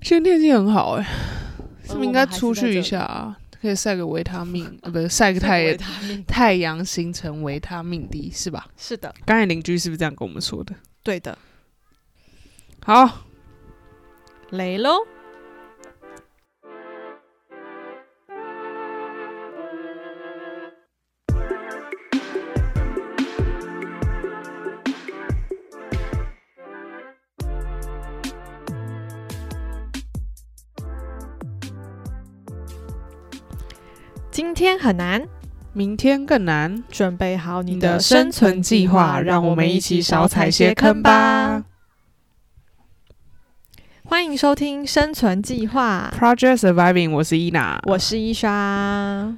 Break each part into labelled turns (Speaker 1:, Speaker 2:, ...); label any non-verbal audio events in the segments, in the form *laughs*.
Speaker 1: 今天天气很好哎、是不是
Speaker 2: 呃我
Speaker 1: 应
Speaker 2: 们
Speaker 1: 该
Speaker 2: 还是
Speaker 1: 出
Speaker 2: 在
Speaker 1: 去
Speaker 2: 这
Speaker 1: 一
Speaker 2: 里
Speaker 1: 下啊？可以晒个维他命， *laughs* 呃，不是晒个太
Speaker 2: 太 *laughs*
Speaker 1: 阳，
Speaker 2: 他命。
Speaker 1: 太阳形成维他命 D 是吧？
Speaker 2: 是的，
Speaker 1: 刚才邻居是不是这样跟我们说的？
Speaker 2: 对的，
Speaker 1: 好，
Speaker 2: 雷喽。今天很难，
Speaker 1: 明天更难。
Speaker 2: 准备好你
Speaker 1: 你
Speaker 2: 的
Speaker 1: 的
Speaker 2: 生
Speaker 1: 生
Speaker 2: 存
Speaker 1: 存
Speaker 2: 计
Speaker 1: 计
Speaker 2: 划，
Speaker 1: 划，
Speaker 2: 让
Speaker 1: 让
Speaker 2: 我
Speaker 1: 我
Speaker 2: 们
Speaker 1: 们
Speaker 2: 一
Speaker 1: 一
Speaker 2: 起
Speaker 1: 起
Speaker 2: 少
Speaker 1: 少
Speaker 2: 踩
Speaker 1: 踩
Speaker 2: 些
Speaker 1: 些
Speaker 2: 坑
Speaker 1: 坑
Speaker 2: 吧
Speaker 1: 吧。
Speaker 2: 欢迎收听《生存计划》，
Speaker 1: Project Surviving，我是伊娜，
Speaker 2: 我是伊莎。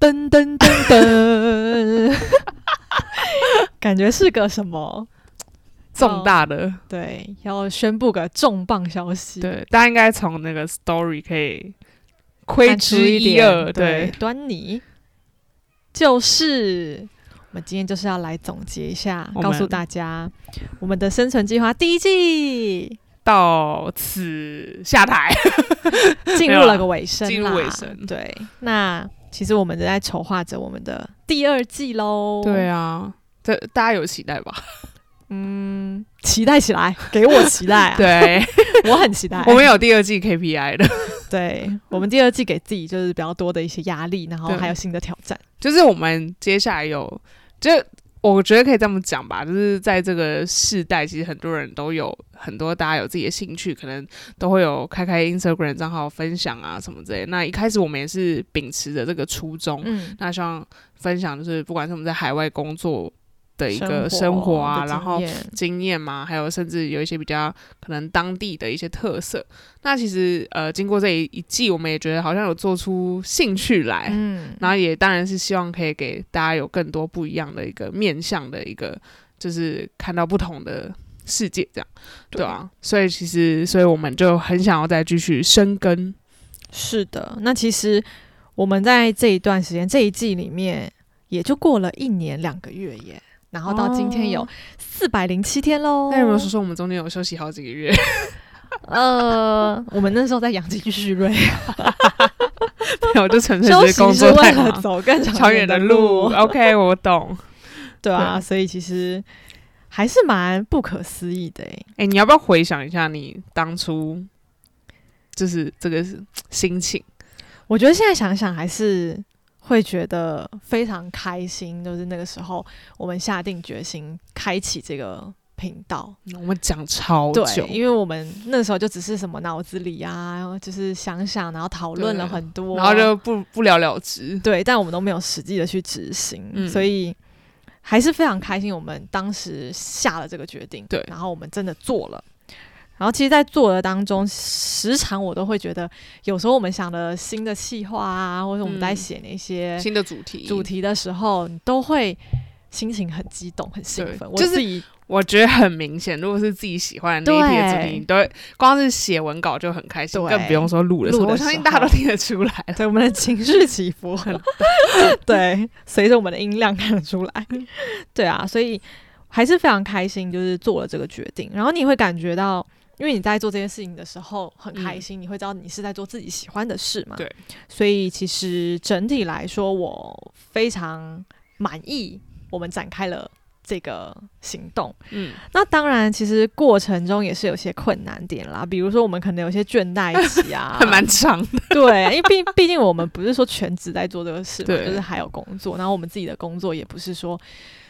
Speaker 2: 噔噔噔噔， *laughs* 感觉是个什么
Speaker 1: 重大的，
Speaker 2: 对，要宣布个重磅消息，
Speaker 1: 对，大家应该从那个 story 可以窥
Speaker 2: 看出
Speaker 1: 之
Speaker 2: 一
Speaker 1: 一
Speaker 2: 点，
Speaker 1: 二，
Speaker 2: 对
Speaker 1: 对，，
Speaker 2: 端倪就是我们今天就是要来总结一下，
Speaker 1: 我
Speaker 2: 告
Speaker 1: 们
Speaker 2: 诉大家我们的生存计划第一季
Speaker 1: 到此下台。
Speaker 2: *laughs* 进
Speaker 1: 没
Speaker 2: 入
Speaker 1: 有
Speaker 2: 了
Speaker 1: 啦
Speaker 2: 个尾声啦，
Speaker 1: 进入尾声
Speaker 2: 对，那其实我们正在筹划着我们的第二季喽，
Speaker 1: 对啊，这大家有期待吧？
Speaker 2: 嗯，期待起来，给我期待啊！
Speaker 1: *laughs* 对，
Speaker 2: 我很期待。 *laughs*
Speaker 1: 我们有第二季 KPI 的，
Speaker 2: 对我们第二季给自己就是比较多的一些压力，然后
Speaker 1: 对
Speaker 2: 还有新的挑战。
Speaker 1: 就是我们接下来有，就我觉得可以这么讲吧，就是在这个世代，其实很多人都有很多大家有自己的兴趣，可能都会有开开 Instagram 账号分享啊什么之类的。那一开始我们也是秉持着这个初衷，
Speaker 2: 嗯，
Speaker 1: 那希望分享就是不管是我们在海外工作的一
Speaker 2: 生活
Speaker 1: 个生活啊，
Speaker 2: 的
Speaker 1: 然
Speaker 2: 经
Speaker 1: 后
Speaker 2: 验
Speaker 1: 经验嘛，还有甚至有一些比较可能当地的一些特色。那其实呃，经过这一一季，我们也觉得好像有做出兴趣来，
Speaker 2: 嗯，
Speaker 1: 然后也当然是希望可以给大家有更多不一样的一个面向的一个，就是看到不同的世界这样，对啊。所以其实，所以我们就很想要再继续深耕，
Speaker 2: 是的。那其实我们在这一段时间这一季里面，也就过了一年两个月耶，然后到今天有
Speaker 1: 哦
Speaker 2: 四百零七天喽。
Speaker 1: 那有没有说说我们中间有休息好几个月？ *laughs*
Speaker 2: 呃，我们那时候在养精蓄 *laughs* 锐，
Speaker 1: 没有我就纯粹
Speaker 2: 休
Speaker 1: 是
Speaker 2: 息
Speaker 1: 工
Speaker 2: 是
Speaker 1: 作
Speaker 2: 为
Speaker 1: 太
Speaker 2: 了
Speaker 1: 忙，
Speaker 2: 走更
Speaker 1: 长
Speaker 2: 长
Speaker 1: 远
Speaker 2: 的
Speaker 1: 的路。OK，我懂。
Speaker 2: *laughs* 对啊，
Speaker 1: 对
Speaker 2: 所以其实还是蛮不可思议的欸诶。
Speaker 1: 哎、你要不要回想一下你当初就是这个是心情？
Speaker 2: 我觉得现在想想还是会觉得非常开心，就是那个时候我们下定决心开启这个频道。
Speaker 1: 我们讲超久
Speaker 2: 对，，因为我们那时候就只是什么脑子里啊，然后就是想想，然后讨论了
Speaker 1: 对
Speaker 2: 很多，啊
Speaker 1: 然后就不不了了之。
Speaker 2: 对，但我们都没有实际的去执行，
Speaker 1: 嗯
Speaker 2: 所以还是非常开心。我们当时下了这个决定，
Speaker 1: 对
Speaker 2: 然后我们真的做了。然后其实，在做的当中，时常我都会觉得，有时候我们想了新的计划啊，或者我们在
Speaker 1: 嗯
Speaker 2: 写那些
Speaker 1: 新的主题，
Speaker 2: 主，题的时候，你都会心情很激动、很兴
Speaker 1: 对
Speaker 2: 奋。
Speaker 1: 就
Speaker 2: 我
Speaker 1: 是
Speaker 2: 自己
Speaker 1: 我觉得很明显。如果是自己喜欢的那一题的主
Speaker 2: 对
Speaker 1: 题，你都会光是写文稿就很开心，
Speaker 2: 对
Speaker 1: 更不用说录的时候
Speaker 2: 录的
Speaker 1: 我相信大家都
Speaker 2: 时候
Speaker 1: 听得出来了。
Speaker 2: 对我们的情绪起伏很 *laughs* 对，随着我们的音量看得出来。 *laughs* 对啊，所以还是非常开心，就是做了这个决定。然后你会感觉到，因为你在做这些事情的时候很开心，你会知道你是在做自己喜欢的事嘛。
Speaker 1: 嗯对，
Speaker 2: 所以其实整体来说，我非常满意我们展开了。这个行动，
Speaker 1: 嗯，，
Speaker 2: 那当然，其实过程中也是有些困难点啦，比如说我们可能有些倦怠期啊
Speaker 1: 还 *laughs* 蛮长的。
Speaker 2: 对，因为毕毕竟我们不是说全职在做这个事嘛，
Speaker 1: 对
Speaker 2: 就是还有工作，然后我们自己的工作也不是说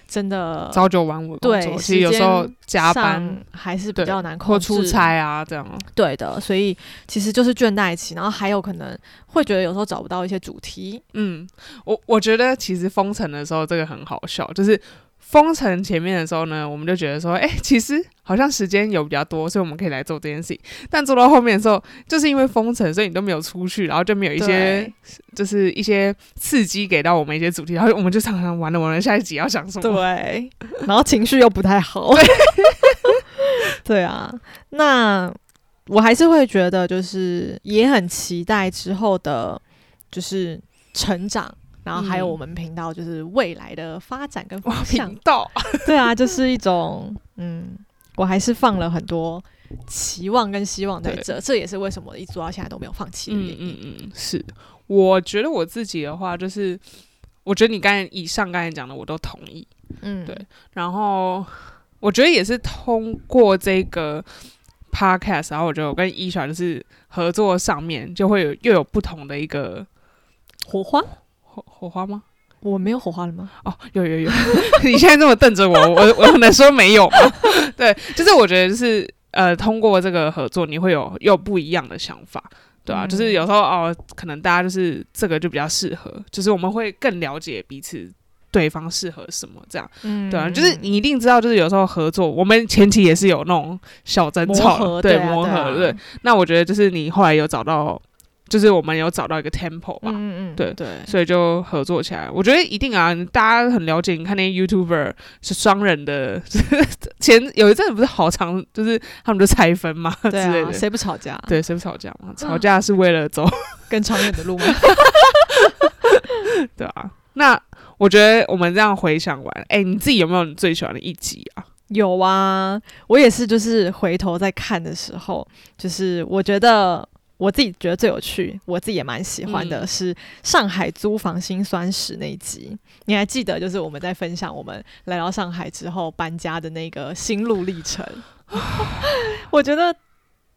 Speaker 2: 真的
Speaker 1: 朝九晚五的工
Speaker 2: 啊对
Speaker 1: 作，
Speaker 2: 时
Speaker 1: 其实有时候
Speaker 2: 间
Speaker 1: 加
Speaker 2: 上
Speaker 1: 班
Speaker 2: 还是比
Speaker 1: 对
Speaker 2: 较难控
Speaker 1: 或
Speaker 2: 制，
Speaker 1: 出差啊，这样。
Speaker 2: 对的，所以其实就是倦怠期，然后还有可能会觉得有时候找不到一些主题，
Speaker 1: 嗯，我我觉得其实封城的时候这个很好笑，就是封城前面的时候呢，我们就觉得说，哎、其实好像时间有比较多，所以我们可以来做这件事情。但做到后面的时候，就是因为封城，所以你都没有出去，然后就没有一些就是一些刺激给到我们一些主题，然后我们就常常玩了玩了，下一集要讲
Speaker 2: *laughs*
Speaker 1: 什
Speaker 2: 对
Speaker 1: 么？
Speaker 2: 对，然后情绪又不
Speaker 1: *laughs*
Speaker 2: 太好，对啊，那我还是会觉得就是也很期待之后的，就是成长。然后还有
Speaker 1: 嗯
Speaker 2: 我们频道就是未来的发展跟
Speaker 1: 哇，
Speaker 2: 方向啊
Speaker 1: 频，道
Speaker 2: 嗯对啊，就是一种嗯，我还是放了很多期望跟希望在
Speaker 1: 对
Speaker 2: 这，这也是为什么我一直到现在都没有放弃的原
Speaker 1: 嗯
Speaker 2: 因。
Speaker 1: 嗯嗯，是。我觉得我自己的话，就是我觉得你刚才以上刚才讲的我都同意，
Speaker 2: 嗯
Speaker 1: 对然后我觉得也是通过这个 podcast，然后我觉得我跟伊小就是合作上面就会有又有不同的一个
Speaker 2: 火花，
Speaker 1: 火火花吗？
Speaker 2: 我没有火花了吗？
Speaker 1: 哦，有有有， *laughs* 你现在这么瞪着我，我我能说没有吗？ *laughs* 对，就是我觉得就是呃，通过这个合作，你会有又不一样的想法，对啊，
Speaker 2: 嗯
Speaker 1: 就是有时候哦，可能大家就是这个就比较适合，就是我们会更了解彼此。对方适合什么这样，
Speaker 2: 嗯
Speaker 1: 对啊，就是你一定知道，就是有时候合作，我们前期也是有那种小争
Speaker 2: 磨
Speaker 1: 吵，
Speaker 2: 合，
Speaker 1: 对
Speaker 2: 啊
Speaker 1: 磨合，
Speaker 2: 对
Speaker 1: 对
Speaker 2: 啊。
Speaker 1: 那我觉得就是你后来有找到，就是我们有找到一个 tempo 吧，
Speaker 2: 嗯嗯嗯，
Speaker 1: 对
Speaker 2: 对，
Speaker 1: 所以就合作起来。我觉得一定啊，大家很了解。你看那些 YouTuber 是双人的， *laughs* 前有一阵子不是好长，就是他们就拆分嘛、之
Speaker 2: 对
Speaker 1: 类
Speaker 2: 啊，
Speaker 1: 的。
Speaker 2: 谁不嗯吵架？
Speaker 1: 对，谁不吵架嘛？吵架是为了走，
Speaker 2: 更长远的路
Speaker 1: *laughs*
Speaker 2: 吗？
Speaker 1: 对啊。那我觉得我们这样回想完，哎、你自己有没有你最喜欢的一集啊？
Speaker 2: 有啊，我也是，就是回头再看的时候，就是我觉得我自己觉得最有趣，我自己也蛮喜欢的
Speaker 1: 嗯
Speaker 2: 是上海租房心酸史那一集。你还记得，就是我们在分享我们来到上海之后搬家的那个心路历
Speaker 1: *laughs*
Speaker 2: 程。我觉得，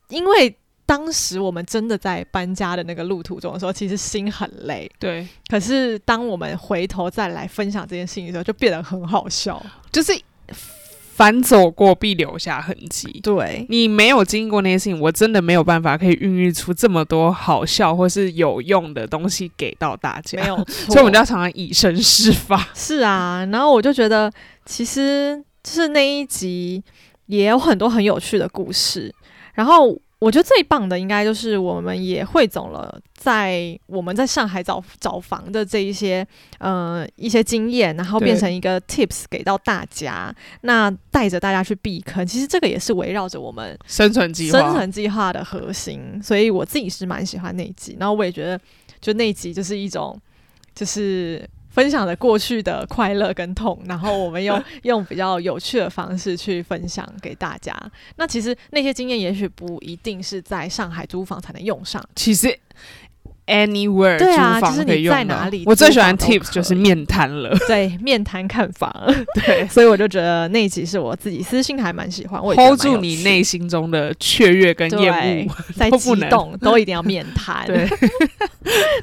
Speaker 2: 因为当时我们真的在搬家的那个路途中的时候，其实心很累。
Speaker 1: 对，
Speaker 2: 可是当我们回头再来分享这件事情的时候，就变得很好笑。
Speaker 1: 就是凡走过必留下痕迹。
Speaker 2: 对，
Speaker 1: 你没有经过那些事情，我真的没有办法可以孕育出这么多好笑或是有用的东西给到大家。
Speaker 2: 没有错，
Speaker 1: 所以我们就要常常以身试法。 *laughs*
Speaker 2: 是啊。然后我就觉得，其实就是那一集也有很多很有趣的故事。然后我觉得最棒的应该就是我们也汇总了在我们在上海找找房的这一些呃一些经验，然后
Speaker 1: 对
Speaker 2: 变成一个 tips 给到大家，那带着大家去避坑。其实这个也是围绕着我们
Speaker 1: 生存计划，
Speaker 2: 生存计划的核心，所以我自己是蛮喜欢那一集。然后我也觉得，就那一集就是一种，就是分享了过去的快乐跟痛，然后我们用用比较有趣的方式去分享给大家。那其实那些经验也许不一定是在上海租房才能用上，
Speaker 1: 其实 anywhere
Speaker 2: 对啊
Speaker 1: 租房可以用
Speaker 2: 就是你在哪里
Speaker 1: 我最喜欢
Speaker 2: 租房都
Speaker 1: tips 就是面谈了，
Speaker 2: 对，面谈看房。
Speaker 1: 对。
Speaker 2: 所以我就觉得那一集是我自己私心还蛮喜欢，我也觉得
Speaker 1: hold
Speaker 2: 蛮有
Speaker 1: 住你
Speaker 2: 趣
Speaker 1: 内心中的雀跃跟厌恶，
Speaker 2: 在
Speaker 1: 都
Speaker 2: 激
Speaker 1: 不能
Speaker 2: 动都一定要面谈。
Speaker 1: 对，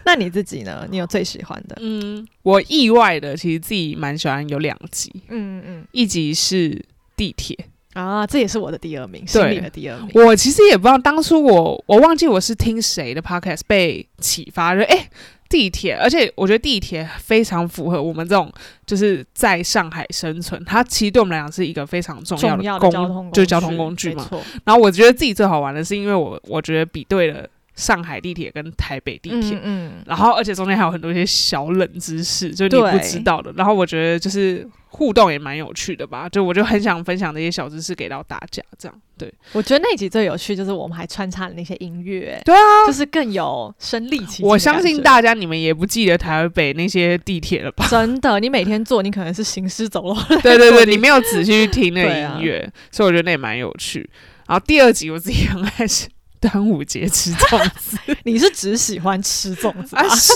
Speaker 2: 那你自己呢？你有最喜欢的？
Speaker 1: 嗯， *laughs* 我意外的其实自己蛮喜欢有两集，
Speaker 2: 嗯嗯嗯。
Speaker 1: 一集是地铁，
Speaker 2: 啊，这也是我的第二名，心
Speaker 1: 对
Speaker 2: 里的第二名。
Speaker 1: 我其实也不知道当初我我忘记我是听谁的 podcast 被启发，就哎、诶地铁，而且我觉得地铁非常符合我们这种就是在上海生存，它其实对我们来讲是一个非常重要
Speaker 2: 重
Speaker 1: 的
Speaker 2: 要
Speaker 1: 工，
Speaker 2: 的交通工具，
Speaker 1: 就是交通工具
Speaker 2: 没
Speaker 1: 嘛。
Speaker 2: 错，
Speaker 1: 然后我觉得自己最好玩的是，因为我我觉得比对了上海地铁跟台北地铁。
Speaker 2: 嗯嗯，
Speaker 1: 然后，而且中间还有很多一些小冷知识，就是你不
Speaker 2: 对
Speaker 1: 知道的。然后我觉得就是互动也蛮有趣的吧，就我就很想分享这些小知识给到大家，这样对。
Speaker 2: 我觉得那一集最有趣就是我们还穿插了那些音乐，
Speaker 1: 对
Speaker 2: 啊，就是更有身临其境的感觉。
Speaker 1: 我相信大家你们也不记得台北那些地铁了 *laughs* 吧？
Speaker 2: 真的，你每天做，你可能是行尸走肉。 *laughs*
Speaker 1: 对对 *laughs* 对，你没有仔细去听那个
Speaker 2: 对啊
Speaker 1: 音乐，所以我觉得那也蛮有趣。然后第二集我自己很爱是端午节吃粽子
Speaker 2: 你是只喜欢吃粽子吧
Speaker 1: *laughs* 啊，是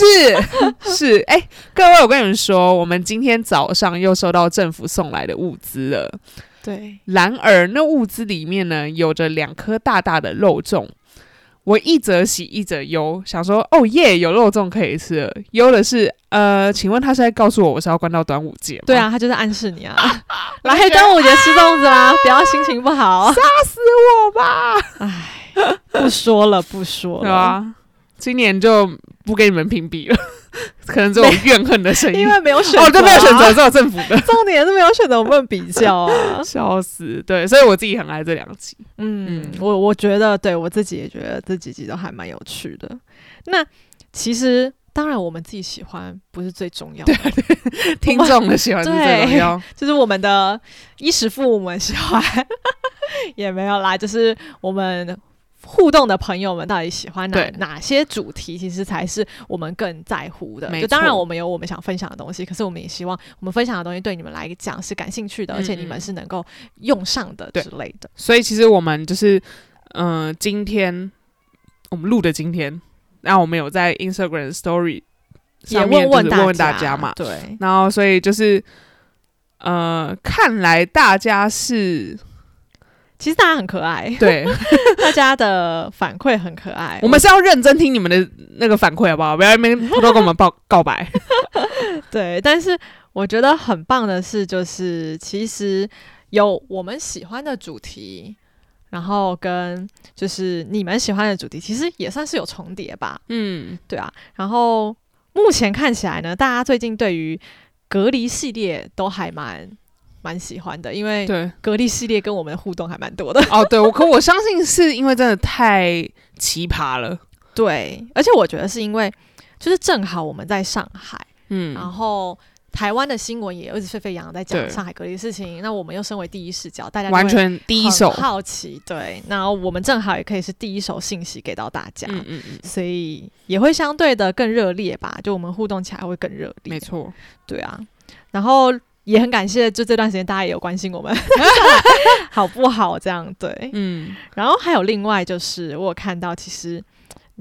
Speaker 1: 是，哎、各位，我跟你们说，我们今天早上又收到政府送来的物资了。
Speaker 2: 对，
Speaker 1: 然而那物资里面呢，有着两颗大大的肉粽。我一则喜一则忧，想说哦耶，有肉粽可以吃了。忧的是，呃，请问他是在告诉我我是要关到端午节吗？
Speaker 2: 对啊，他就是暗示你啊， *laughs* 来端午节吃粽子啦，
Speaker 1: 啊
Speaker 2: 不要心情不好。
Speaker 1: 死我吧！
Speaker 2: 不说了，不说
Speaker 1: 对
Speaker 2: 了，
Speaker 1: 啊，今年就不给你们评比了， *laughs* 可能只有怨恨的声音
Speaker 2: 因。为没有选择啊，
Speaker 1: 哦，都没有选择，只有政府
Speaker 2: *laughs*
Speaker 1: 的，
Speaker 2: 重点是没有选择，我们比较啊。
Speaker 1: 笑死！对，所以我自己很爱这两集。
Speaker 2: 嗯
Speaker 1: 嗯，
Speaker 2: 我我觉得对我自己也觉得这几集都还蛮有趣的。那其实当然，我们自己喜欢不是最重要的，
Speaker 1: 听众的喜欢是最重要。
Speaker 2: 就是我们的衣食父母们喜欢 *laughs* 也没有啦，就是我们。互动的朋友们到底喜欢哪
Speaker 1: 对
Speaker 2: 哪些主题，其实才是我们更在乎的。
Speaker 1: 没
Speaker 2: 就当然
Speaker 1: 错
Speaker 2: 我们有我们想分享的东西，可是我们也希望我们分享的东西对你们来讲是感兴趣的，而且你
Speaker 1: 嗯嗯
Speaker 2: 们是能够用上的
Speaker 1: 对
Speaker 2: 之类的。
Speaker 1: 所以其实我们就是呃，今天我们录的今天，那我们有在 Instagram Story
Speaker 2: 也
Speaker 1: 上面就是
Speaker 2: 问
Speaker 1: 问
Speaker 2: 大
Speaker 1: 家嘛，
Speaker 2: 对，
Speaker 1: 然后所以就是呃，看来大家是，
Speaker 2: *laughs* 其实大家很可爱
Speaker 1: 对，
Speaker 2: 大家的反馈很可爱。
Speaker 1: 我们是要认真听你们的那个反馈好不好？不要在那边偷偷跟我们报告白。
Speaker 2: 对，但是我觉得很棒的是，就是其实有我们喜欢的主题，然后跟就是你们喜欢的主题，其实也算是有重叠吧，
Speaker 1: *laughs* 嗯，
Speaker 2: 对啊。然后目前看起来呢，大家最近对于隔离系列都还蛮蛮喜欢的，因为
Speaker 1: 对，
Speaker 2: 隔离系列跟我们的互动还蛮多的。
Speaker 1: 哦，对，我可我相信是因为真的太奇葩了。
Speaker 2: 对，而且我觉得是因为就是正好我们在上海。然
Speaker 1: 嗯，
Speaker 2: 后台湾的新闻也一直沸沸扬扬在讲
Speaker 1: 对
Speaker 2: 上海隔离的事情，那我们又身为第一视角，大家就
Speaker 1: 完
Speaker 2: 会
Speaker 1: 全第一
Speaker 2: 很
Speaker 1: 手。
Speaker 2: 好奇，对，那我们正好也可以是第一手信息给到大家，
Speaker 1: 嗯嗯嗯，
Speaker 2: 所以也会相对的更热烈吧，就我们互动起来会更热烈，
Speaker 1: 没，错。
Speaker 2: 对啊，然后也很感谢，就这段时间大家也有关
Speaker 1: *laughs*
Speaker 2: 心我们好不好，这样对，
Speaker 1: 嗯，
Speaker 2: 然后还有另外就是我有看到其实。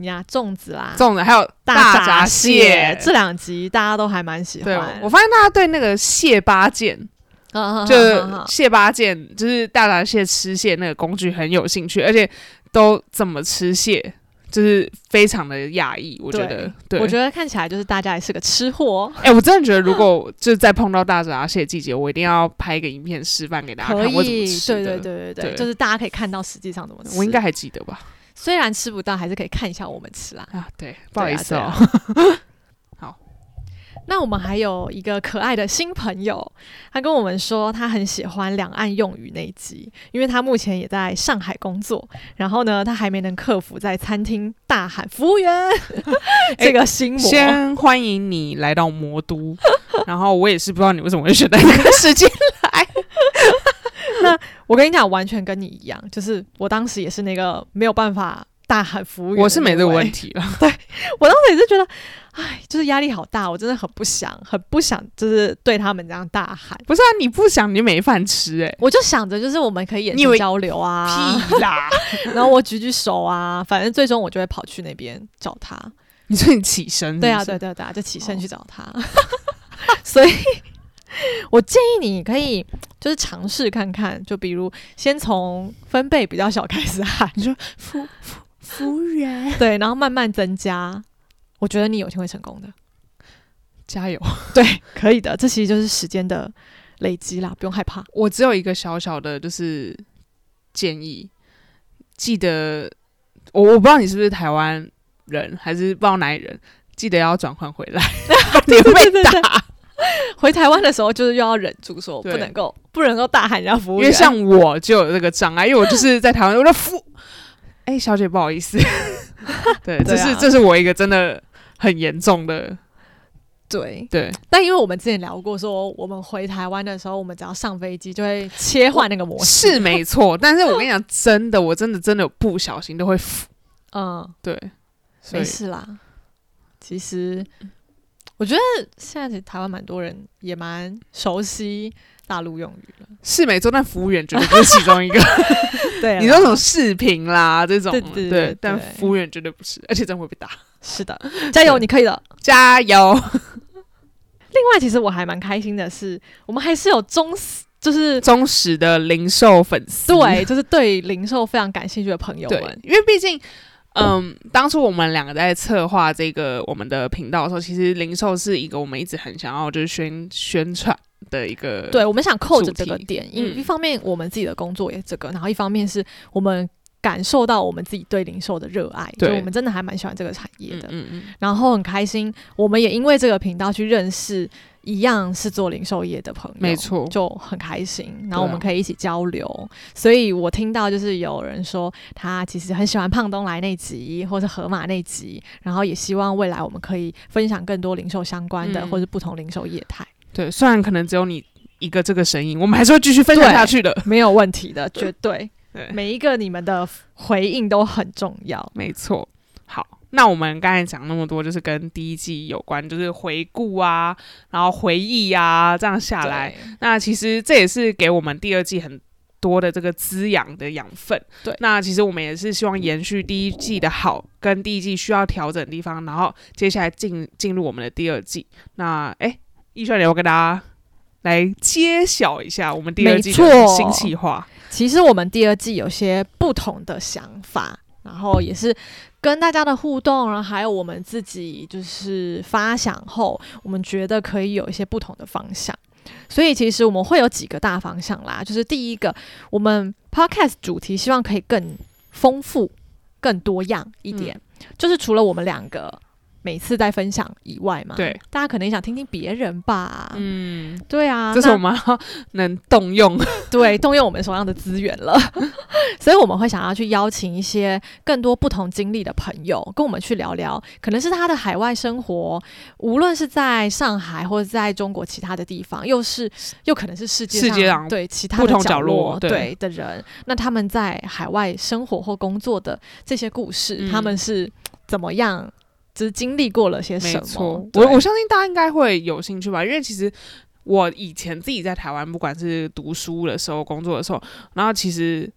Speaker 2: 你啊，粽子啦，
Speaker 1: 粽子还有
Speaker 2: 大
Speaker 1: 闸
Speaker 2: 蟹
Speaker 1: 蟹。
Speaker 2: 这两集大家都还蛮喜
Speaker 1: 对，
Speaker 2: 欢。
Speaker 1: 我发现大家对那个蟹八件，
Speaker 2: 嗯
Speaker 1: 就
Speaker 2: 嗯嗯嗯嗯
Speaker 1: 蟹八件，就是大闸蟹吃蟹那个工具很有兴趣，而且都怎么吃蟹，就是非常的讶异。我觉得，对，
Speaker 2: 我觉得看起来就是大家也是个吃货，
Speaker 1: *laughs* 哎、我真的觉得，如果就再碰到大闸蟹季节，我一定要拍一个影片示范给大家
Speaker 2: 可
Speaker 1: 看
Speaker 2: 以，
Speaker 1: 我怎么
Speaker 2: 对
Speaker 1: 吃的。
Speaker 2: 对对对对，
Speaker 1: 对
Speaker 2: 就是大家可以看到实际上怎么吃。
Speaker 1: 我应该还记得吧？
Speaker 2: 虽然吃不到，还是可以看一下我们吃啦。
Speaker 1: 啊，对，不好意思
Speaker 2: 对
Speaker 1: 哦、
Speaker 2: 啊
Speaker 1: *laughs* 好。
Speaker 2: 那我们还有一个可爱的新朋友，他跟我们说他很喜欢两岸用语那一集，因为他目前也在上海工作，然后呢，他还没能克服在餐厅大喊“服务员” *laughs* 这个心魔。
Speaker 1: 先欢迎你来到魔都，然后我也是不知道你为什么会选在那个时间。
Speaker 2: *laughs* 我跟你讲，完全跟你一样，就是我当时也是那个没有办法大喊服 *laughs* 务员的那位，
Speaker 1: 我是没这个问题了。
Speaker 2: 我当时也是觉得，哎，就是压力好大，我真的很不想，很不想，就是对他们这样大喊。
Speaker 1: 不是啊，你不想你就没饭吃哎、
Speaker 2: 我就想着，就是我们可以眼
Speaker 1: 你以
Speaker 2: 神
Speaker 1: 为
Speaker 2: 交流啊，
Speaker 1: 屁啦！ *laughs*
Speaker 2: 然后我举举手啊，反正最终我就会跑去那边找他。
Speaker 1: 你说你起身是不
Speaker 2: 对啊，
Speaker 1: 是
Speaker 2: 对啊对啊对啊，就起
Speaker 1: 哦
Speaker 2: 身去找他。 *laughs* 所以，我建议你可以就是尝试看看，就比如先从分贝比较小开始喊，
Speaker 1: 你说服服服务员，
Speaker 2: 对，然后慢慢增加。我觉得你有一天会成功的。
Speaker 1: 加油！
Speaker 2: 对，可以的，这其实就是时间的累积啦，不用害怕。
Speaker 1: 我只有一个小小的，就是建议，记得我我不知道你是不是台湾人，还是不知道哪里人，记得要转换回来， *laughs* 不然你
Speaker 2: *laughs* 对
Speaker 1: 会
Speaker 2: 对
Speaker 1: 打。
Speaker 2: 对 *laughs* 回台湾的时候，就是又要忍住说
Speaker 1: 对
Speaker 2: 不能够不能够大喊人家服务
Speaker 1: 因
Speaker 2: 员，
Speaker 1: 为像我就有这个障碍，因为我就是在台湾，我就服，哎、小姐不好意
Speaker 2: *laughs*
Speaker 1: 思，对，这
Speaker 2: 对啊
Speaker 1: 是这是我一个真的很严重的，
Speaker 2: 对，
Speaker 1: 对，
Speaker 2: 但因为我们之前聊过说我们回台湾的时候，我们只要上飞机就会切换那个模式，
Speaker 1: 是
Speaker 2: *laughs*
Speaker 1: 没错。但是我跟你讲，真的，我真的真的有不小心都会服，
Speaker 2: 嗯，
Speaker 1: 对，所以
Speaker 2: 没事啦。嗯其实我觉得现在其实台湾蛮多人也蛮熟悉大陆用语了，
Speaker 1: 是没错，但服务员绝对不是其中一个。
Speaker 2: *laughs* 对啊啦
Speaker 1: 你说什么视频啦这种，
Speaker 2: 对对对对
Speaker 1: 但
Speaker 2: 对
Speaker 1: 服务员绝对不是，而且真的会被
Speaker 2: *laughs*
Speaker 1: 打。
Speaker 2: 是的，加油，
Speaker 1: 对
Speaker 2: 你可以的。
Speaker 1: 加油！
Speaker 2: 另外，其实我还蛮开心的是，我们还是有忠实，就是
Speaker 1: 忠实的零售粉丝，
Speaker 2: 对，就是对零售非常感兴趣的朋友
Speaker 1: 对
Speaker 2: 们，，
Speaker 1: 因为毕竟。嗯，当初我们两个在策划这个我们的频道的时候，其实零售是一个我们一直很想要就是宣宣传的一个嗯
Speaker 2: 对我们想扣着这
Speaker 1: 主
Speaker 2: 个
Speaker 1: 题
Speaker 2: 点，因
Speaker 1: 嗯
Speaker 2: 一方面我们自己的工作也这个，然后一方面是我们感受到我们自己对零售的热爱，就
Speaker 1: 对
Speaker 2: 我们真的还蛮喜欢这个产业
Speaker 1: 嗯
Speaker 2: 的，
Speaker 1: 嗯嗯，
Speaker 2: 然后很开心，我们也因为这个频道去认识一样是做零售业的朋友，
Speaker 1: 没错
Speaker 2: 就很开心。然后我
Speaker 1: 对啊
Speaker 2: 们可以一起交流，所以我听到就是有人说他其实很喜欢胖东来那集或是河马那集，然后也希望未来我们可以分享更多零售相关的、
Speaker 1: 嗯
Speaker 2: 或是不同零售业态，
Speaker 1: 对，虽然可能只有你一个这个声音，我们还是会继续分享
Speaker 2: 对
Speaker 1: 下去的。
Speaker 2: 没有问题的，绝
Speaker 1: *laughs*
Speaker 2: 对。
Speaker 1: 对，
Speaker 2: 每一个你们的回应都很重要，
Speaker 1: 没错。好，那我们刚才讲那么多，就是跟第一季有关，就是回顾啊，然后回忆啊，这样下来，
Speaker 2: 对
Speaker 1: 那其实这也是给我们第二季很多的这个滋养的养分。
Speaker 2: 对
Speaker 1: 那其实我们也是希望延续第一季的好，跟第一季需要调整的地方，然后接下来进进入我们的第二季。那哎，易轩，你要跟大家来揭晓一下我们第二季
Speaker 2: 没
Speaker 1: 的
Speaker 2: 错
Speaker 1: 新企划。
Speaker 2: 其实我们第二季有些不同的想法，然后也是跟大家的互动，然后还有我们自己就是发想后，我们觉得可以有一些不同的方向。所以其实我们会有几个大方向啦，就是第一个，我们 podcast 主题希望可以更丰富、更多样一点，
Speaker 1: 嗯
Speaker 2: 就是除了我们两个每次在分享以外嘛，
Speaker 1: 对，
Speaker 2: 大家可能也想听听别人吧，
Speaker 1: 嗯，
Speaker 2: 对啊，
Speaker 1: 这是
Speaker 2: 那
Speaker 1: 我们要能动用。 *laughs*
Speaker 2: 对，动用我们手上的资源了， *laughs* 所以我们会想要去邀请一些更多不同经历的朋友，跟我们去聊聊，可能是他的海外生活，无论是在上海或者在中国其他的地方，又是又可能是世界
Speaker 1: 世界上
Speaker 2: 对其他
Speaker 1: 不
Speaker 2: 的
Speaker 1: 同角
Speaker 2: 角
Speaker 1: 落对
Speaker 2: 对的人，那他们在海外生活或工作的这些故事，
Speaker 1: 嗯
Speaker 2: 他们是怎么样，就是经历过了些
Speaker 1: 没
Speaker 2: 什
Speaker 1: 错
Speaker 2: 么？，
Speaker 1: 我我
Speaker 2: 对
Speaker 1: 相信大家应该会有兴趣吧，因为其实我以前自己在台湾，不管是读书的时候、工作的时候，然后其实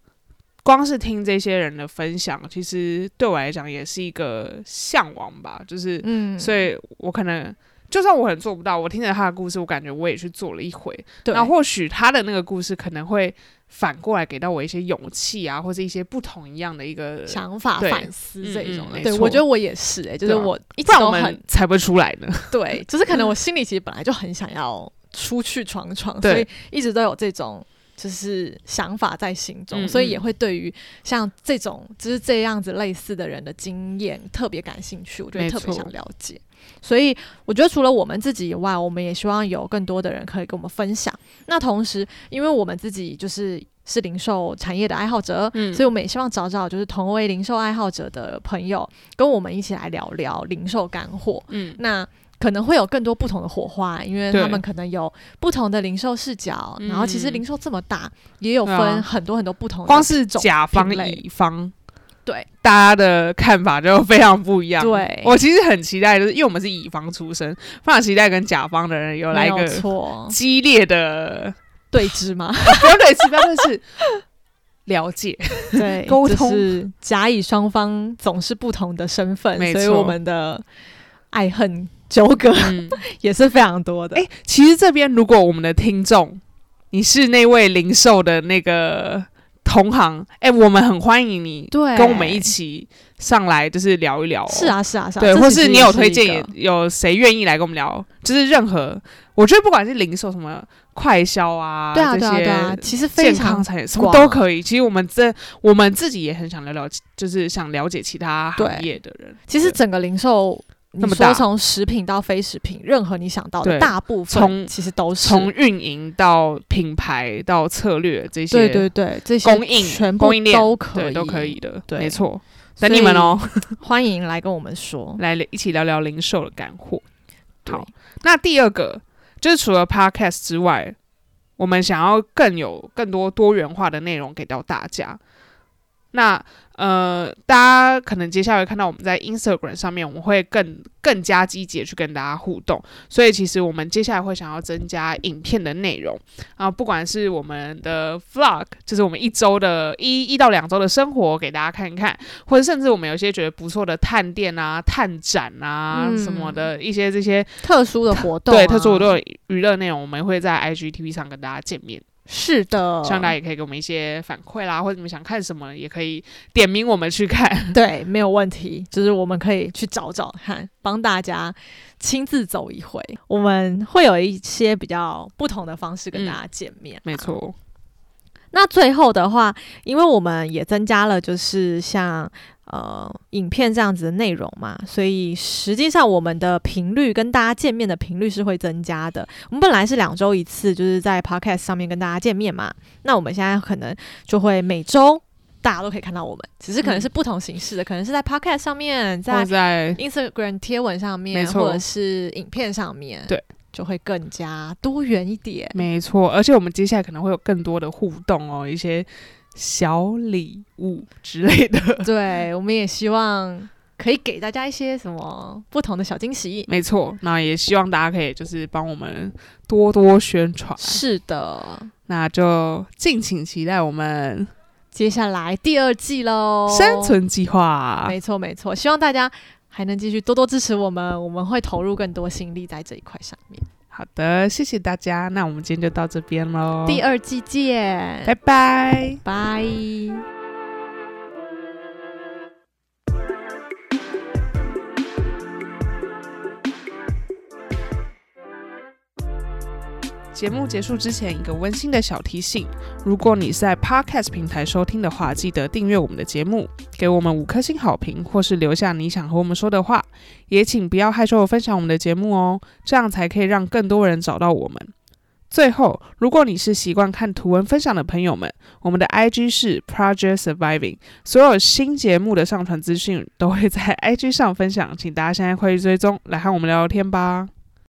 Speaker 1: 光是听这些人的分享，其实对我来讲也是一个向往吧，就是，
Speaker 2: 嗯，
Speaker 1: 所以我可能。就算我很做不到，我听着他的故事，我感觉我也去做了一回。
Speaker 2: 对
Speaker 1: 那或许他的那个故事可能会反过来给到我一些勇气啊，或者一些不同一样的一个
Speaker 2: 想法
Speaker 1: 对
Speaker 2: 反思这一种
Speaker 1: 嗯嗯
Speaker 2: 的，
Speaker 1: 没
Speaker 2: 对
Speaker 1: 错
Speaker 2: 我觉得我也是、哎，就是
Speaker 1: 对啊
Speaker 2: 我一直
Speaker 1: 不然
Speaker 2: 都
Speaker 1: 我
Speaker 2: 很
Speaker 1: 们才不会出来呢。 *laughs*
Speaker 2: 对，就是可能我心里其实本来就很想要出去闯闯，
Speaker 1: 对
Speaker 2: 所以一直都有这种就是想法在心中，
Speaker 1: 嗯
Speaker 2: 所以
Speaker 1: 嗯
Speaker 2: 也会对于像这种就是这样子类似的人的经验特别感兴趣，我觉得
Speaker 1: 没
Speaker 2: 特别
Speaker 1: 错
Speaker 2: 想了解。所以我觉得除了我们自己以外，我们也希望有更多的人可以跟我们分享。那同时，因为我们自己就是。是零售产业的爱好者，
Speaker 1: 嗯
Speaker 2: 所以我们也希望找找就是同为零售爱好者的朋友，跟我们一起来聊聊零售干货。
Speaker 1: 嗯，
Speaker 2: 那可能会有更多不同的火花，因为
Speaker 1: 对
Speaker 2: 他们可能有不同的零售视角，
Speaker 1: 嗯
Speaker 2: 然后其实零售这么大，也有
Speaker 1: 对啊
Speaker 2: 分很多很多不同的
Speaker 1: 光是
Speaker 2: 种
Speaker 1: 甲方
Speaker 2: 品类
Speaker 1: 乙方，
Speaker 2: 对
Speaker 1: 大家的看法就非常不一样。
Speaker 2: 对
Speaker 1: 我其实很期待，就是因为我们是乙方出身，非常期待跟甲方的人有来一
Speaker 2: 没有
Speaker 1: 个 *laughs*
Speaker 2: 错
Speaker 1: 激烈的，
Speaker 2: 对峙吗？
Speaker 1: *laughs* 不要对，不要对，是了 *laughs* 解。
Speaker 2: *laughs* 对，
Speaker 1: 沟通
Speaker 2: 就是甲乙双方总是不同的身份，
Speaker 1: 没错
Speaker 2: 所以我们的爱恨纠葛 *laughs*
Speaker 1: 嗯，
Speaker 2: 也是非常多的。
Speaker 1: 哎、其实这边如果我们的听众你是那位零售的那个同行，哎、我们很欢迎你
Speaker 2: 对，
Speaker 1: 跟我们一起上来，就是聊一聊、哦。
Speaker 2: 是啊是啊是啊，
Speaker 1: 对，
Speaker 2: 这
Speaker 1: 或
Speaker 2: 其实
Speaker 1: 是你
Speaker 2: 也
Speaker 1: 有
Speaker 2: 是
Speaker 1: 推
Speaker 2: 一
Speaker 1: 荐
Speaker 2: 个，
Speaker 1: 有谁愿意来跟我们聊？就是任何，我觉得不管是零售什么快销啊，
Speaker 2: 对啊对
Speaker 1: 这
Speaker 2: 啊对啊
Speaker 1: 些，
Speaker 2: 其实非
Speaker 1: 健康
Speaker 2: 常
Speaker 1: 产业什么
Speaker 2: 广
Speaker 1: 都可以。其实我们这我们自己也很想聊聊，就是想了解其他行
Speaker 2: 对
Speaker 1: 业的人，
Speaker 2: 其实整个零售，
Speaker 1: 那
Speaker 2: 你
Speaker 1: 么大
Speaker 2: 说从食品到非食品，任何你想到
Speaker 1: 对
Speaker 2: 的大部
Speaker 1: 从
Speaker 2: 分，其实都是
Speaker 1: 从运营到品牌到策略这些，
Speaker 2: 对对对，这些
Speaker 1: 供应
Speaker 2: 全部
Speaker 1: 供应链
Speaker 2: 都可
Speaker 1: 对
Speaker 2: 以，
Speaker 1: 都可以，的，
Speaker 2: 对
Speaker 1: 没错。
Speaker 2: 所以
Speaker 1: 等你们哦，
Speaker 2: 欢迎来跟我们说。
Speaker 1: 来一起聊聊零售的干货。
Speaker 2: 对
Speaker 1: 好，那第二个就是除了 podcast 之外，我们想要更有更多多元化的内容给到大家。那呃，大家可能接下来会看到我们在 Instagram 上面，我们会更更加积极地去跟大家互动。所以其实我们接下来会想要增加影片的内容啊，不管是我们的 vlog，就是我们一周的一一到两周的生活给大家看看，或者甚至我们有一些觉得不错的探店啊、探展啊、
Speaker 2: 嗯
Speaker 1: 什么的一些这些
Speaker 2: 特殊的活动、啊
Speaker 1: 对，特殊活动、娱乐内容，我们会在 IGTV 上跟大家见面，
Speaker 2: 是的，
Speaker 1: 希望大家也可以给我们一些反馈啦，或者你们想看什么，也可以点名我们去看。 *laughs*
Speaker 2: 对，没有问题，就是我们可以去找找看，帮大家亲自走一回。我们会有一些比较不同的方式跟
Speaker 1: 嗯
Speaker 2: 大家见面，啊
Speaker 1: 没。错，
Speaker 2: 那最后的话，因为我们也增加了就是像呃影片这样子的内容嘛，所以实际上我们的频率跟大家见面的频率是会增加的。我们本来是两周一次，就是在
Speaker 1: 嗯
Speaker 2: Podcast 上面跟大家见面嘛，那我们现在可能就会每周。大家都可以看到我们，只是可能是不同形式的，可能是在 podcast 上面，
Speaker 1: 或
Speaker 2: 在
Speaker 1: 者在
Speaker 2: Instagram 贴文上
Speaker 1: 嗯没
Speaker 2: 面，
Speaker 1: 错
Speaker 2: 或者是影片上面，
Speaker 1: 对，
Speaker 2: 就会更加多元一点。
Speaker 1: 没错，而且我们接下来可能会有更多的互动哦，一些小礼物之类的。 *laughs*
Speaker 2: 对，我们也希望可以给大家一些什么不同的小惊喜。
Speaker 1: 没错，那也希望大家可以就是帮我们多多宣传，
Speaker 2: 是的，
Speaker 1: 那就敬请期待我们
Speaker 2: 接下来第二季喽，
Speaker 1: 生存计划。
Speaker 2: 哦没错没错，希望大家还能继续多多支持我们，我们会投入更多心力在这一块上面。
Speaker 1: 好的，谢谢大家，那我们今天就到这边喽，
Speaker 2: 第二季见，
Speaker 1: 拜拜。
Speaker 2: 拜。
Speaker 1: 节目结束之前，一个温馨的小提醒：如果你是在 Podcast 平台收听的话，记得订阅我们的节目，给我们五颗星好评，或是留下你想和我们说的话。也请不要害羞的分享我们的节目哦，这样才可以让更多人找到我们。最后，如果你是习惯看图文分享的朋友们，我们的 IG 是 Project Surviving，所有新节目的上传资讯都会在 IG 上分享，请大家现在快去追踪，来和我们聊聊天吧。